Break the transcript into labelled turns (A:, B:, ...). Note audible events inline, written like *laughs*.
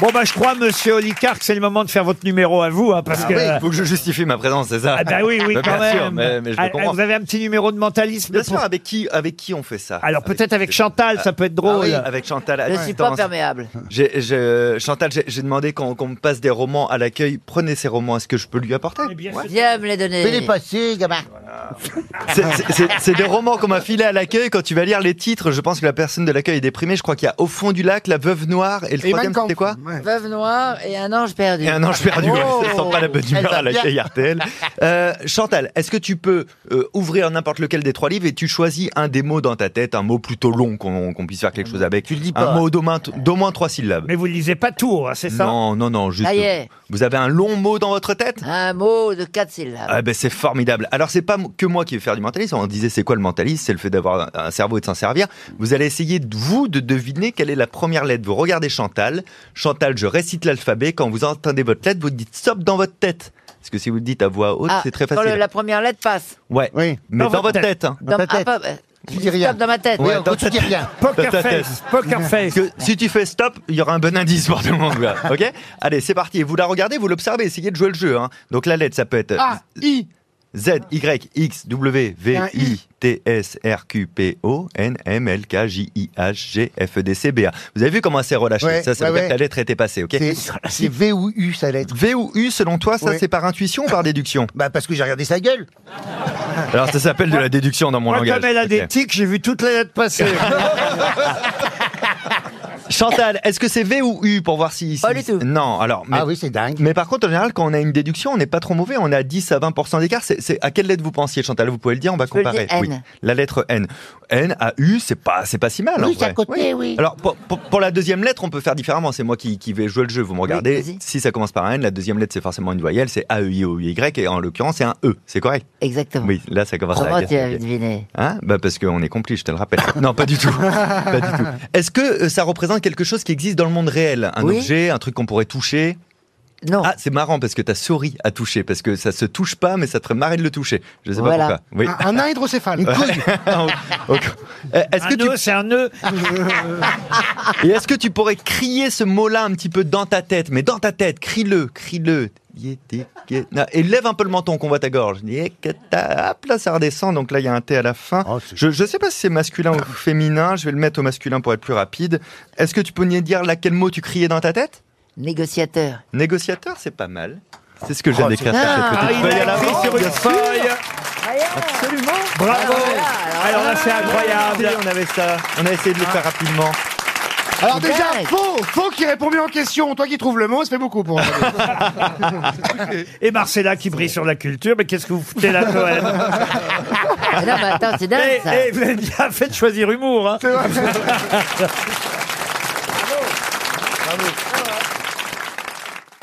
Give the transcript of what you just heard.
A: Bon, bah, je crois, monsieur Olicard, que c'est le moment de faire votre numéro à vous, hein, parce
B: Ah
A: que.
B: oui, il faut que je justifie ma présence, c'est ça
A: Ah, bah oui, oui,
B: Mais
A: quand
B: bien
A: même.
B: sûr, mais, mais je le
A: Ah, ah,
B: comprends.
A: vous avez un petit numéro de mentalisme
B: Bien
A: pour-
B: sûr, avec qui, avec qui on fait ça
A: Alors, peut-être avec Chantal, ça peut être
B: Ah oui,
A: drôle.
B: avec Chantal.
C: Je
B: à
C: suis pas
B: distance.
C: perméable.
B: J'ai- j'ai- Chantal, j'ai j'ai demandé qu'on qu'on me passe des romans à l'accueil. Prenez ces romans, est-ce que je peux lui apporter
A: Eh bien,
C: Viens me les donner.
D: Mais il est pas sûr, gamin.
B: C'est- c'est- C'est c'est des romans qu'on m'a filés à l'accueil. Quand tu vas lire les titres, je pense que la personne de l'accueil est déprimée. Je crois qu'il y a Au fond du lac, La veuve noire et le troisième, c'était
D: Ah,
B: quoi
C: Veuve noire et un ange perdu.
B: Et un ange perdu, ouais,
C: Oh.
B: ça sent pas la bonne humeur à l'accueil RTL. Euh, Chantal, est-ce que tu peux euh, ouvrir n'importe lequel des trois livres et tu choisis un des mots dans ta tête, un mot plutôt long qu'on qu'on puisse faire quelque chose avec
D: Tu le dis
B: Un
D: pas.
B: mot d'au moins, d'au moins trois syllabes.
A: Mais vous lisez pas tout, hein, c'est ça
B: Non, non, non, juste.
C: Ça y est.
B: Vous avez un long mot dans votre tête
C: Un mot de quatre syllabes.
B: ah ben c'est formidable. Alors c'est pas m- que moi qui vais faire du mentalisme. On disait c'est quoi le mentalisme C'est le fait d'avoir un- un cerveau et de s'en servir. Vous allez essayer de- vous de deviner quelle est la première lettre. Vous regardez Chantal. Chantal, je récite l'alphabet. Quand vous entendez votre lettre, vous dites stop dans votre tête. Parce que si vous le dites à voix haute,
C: Ah,
B: c'est très
C: Quand
B: facile.
C: le- la première lettre passe.
B: Ouais.
D: Oui.
B: Mais dans, votre tête. hein.
D: Dans ta
C: ah,
D: tête.
C: pas- euh,
D: Tu dis rien.
C: stop dans ma tête.
D: Oui,
B: Ouais,
D: en gros,
B: dans
D: tu dis rien.
A: Poker
B: Ta tête.
A: face, poker face.
B: Parce que si tu fais stop, il y aura un bon indice pour tout le monde. quoi. Ok Allez, c'est parti. Vous la regardez, vous l'observez, essayez de jouer le jeu. hein. Donc la lettre, ça peut être
D: Ah, I.
B: Z, Y, X, W, V,
D: Un
B: I, T, S, R, Q, P, O, N, M, L, K, J, I, H, G, F, E, D, C, B, A. Vous avez vu comment c'est relâché
D: Ouais,
B: Ça, ça
D: ouais,
B: veut dire
D: ouais.
B: que la lettre était passée, ok
D: C'est- C'est V ou U, sa lettre.
B: V ou U, selon toi, ça
D: Ouais.
B: c'est par intuition ou
D: *laughs*
B: par déduction
D: Bah, parce que j'ai regardé sa gueule.
B: Alors ça s'appelle de la déduction dans mon
A: Moi,
B: langage.
A: comme elle a
B: Ok.
A: des tics, j'ai vu toutes les lettres passer.
B: Chantal, est-ce que c'est V ou U pour voir si...
C: Pas
B: si-
C: du tout.
B: Non, alors... mais-
D: Ah oui, c'est dingue.
B: Mais par contre, en général, quand on a une déduction, on n'est pas trop mauvais. On a 10 à 20% d'écart. C'est, c'est- à quelle lettre vous pensiez, Chantal Vous pouvez le dire, on va
C: peux le
B: comparer.
C: dire, N.
B: Oui. La lettre N. N à U, c'est pas, c'est pas si mal.
D: Ah
B: en
D: Oui, c'est
B: vrai.
D: à côté, oui.
B: Alors, pour, pour- pour la deuxième lettre, on peut faire différemment. C'est moi qui, qui vais jouer le jeu. Vous me regardez.
C: vas-y.
B: si ça commence par un N, la deuxième lettre, c'est forcément une voyelle. C'est A, E, I, O, U, Y. Et en l'occurrence, c'est un E. C'est correct
C: Exactement.
B: Oui, là, ça commence à
C: Comment
B: la
C: tu
B: guerre.
C: as deviné
B: Hein bah parce qu'on est complice, je te le
C: *laughs*
B: rappelle. Non, pas du tout. Pas du tout. Est-ce que euh, ça représente quelque chose qui existe dans le monde réel Un
C: Oui. Oh.
B: objet, un truc qu'on pourrait toucher
C: Non.
B: ah, c'est marrant parce que t'as souris à toucher, parce que ça se touche pas, mais ça te ferait marrer de le toucher. Je sais
C: Voilà.
B: pas pourquoi.
C: *laughs*
B: Oui.
E: Un, un hydrocéphale.
B: Ok. Euh, *laughs* Est-ce
A: un
B: que,
A: nœud,
B: tu,
A: c'est un nœud.
B: et est-ce que tu pourrais crier ce mot-là un petit peu dans ta tête Mais dans ta tête, crie-le, crie-le. Et lève un peu le menton qu'on voit ta gorge. Hop là, ça redescend. Donc là, il y a un T à la fin.
D: Oh, c'est-
B: Je, je sais pas si c'est masculin ou féminin. Je vais le mettre au masculin pour être plus rapide. Est-ce que tu peux me dire là quel mot tu criais dans ta tête
C: Négociateur.
B: Négociateur, c'est pas mal. C'est ce que j'aime écrire sur cette
C: Ah,
A: Ah,
B: petite
A: il
B: feuille à
A: l'a écrit
B: l'avance,
A: sur une
B: bien sûr.
A: feuille.
B: Absolument. Ah,
A: Bravo.
C: voilà,
A: Alors là, c'est incroyable.
B: On avait ça. On a essayé de le faire rapidement.
E: *laughs* Alors déjà,
C: Dingue.
E: faux, faux qui répond mieux en question. Toi qui trouves le mot, ça fait beaucoup pour.
A: Et Marcella qui brille sur la culture. Mais qu'est-ce que vous foutez là, Noël
C: Ah non, mais attends,
B: *laughs*
C: c'est dingue
A: Eh,
C: ça.
A: eh, *laughs* vous avez bien fait de choisir humour. Hein.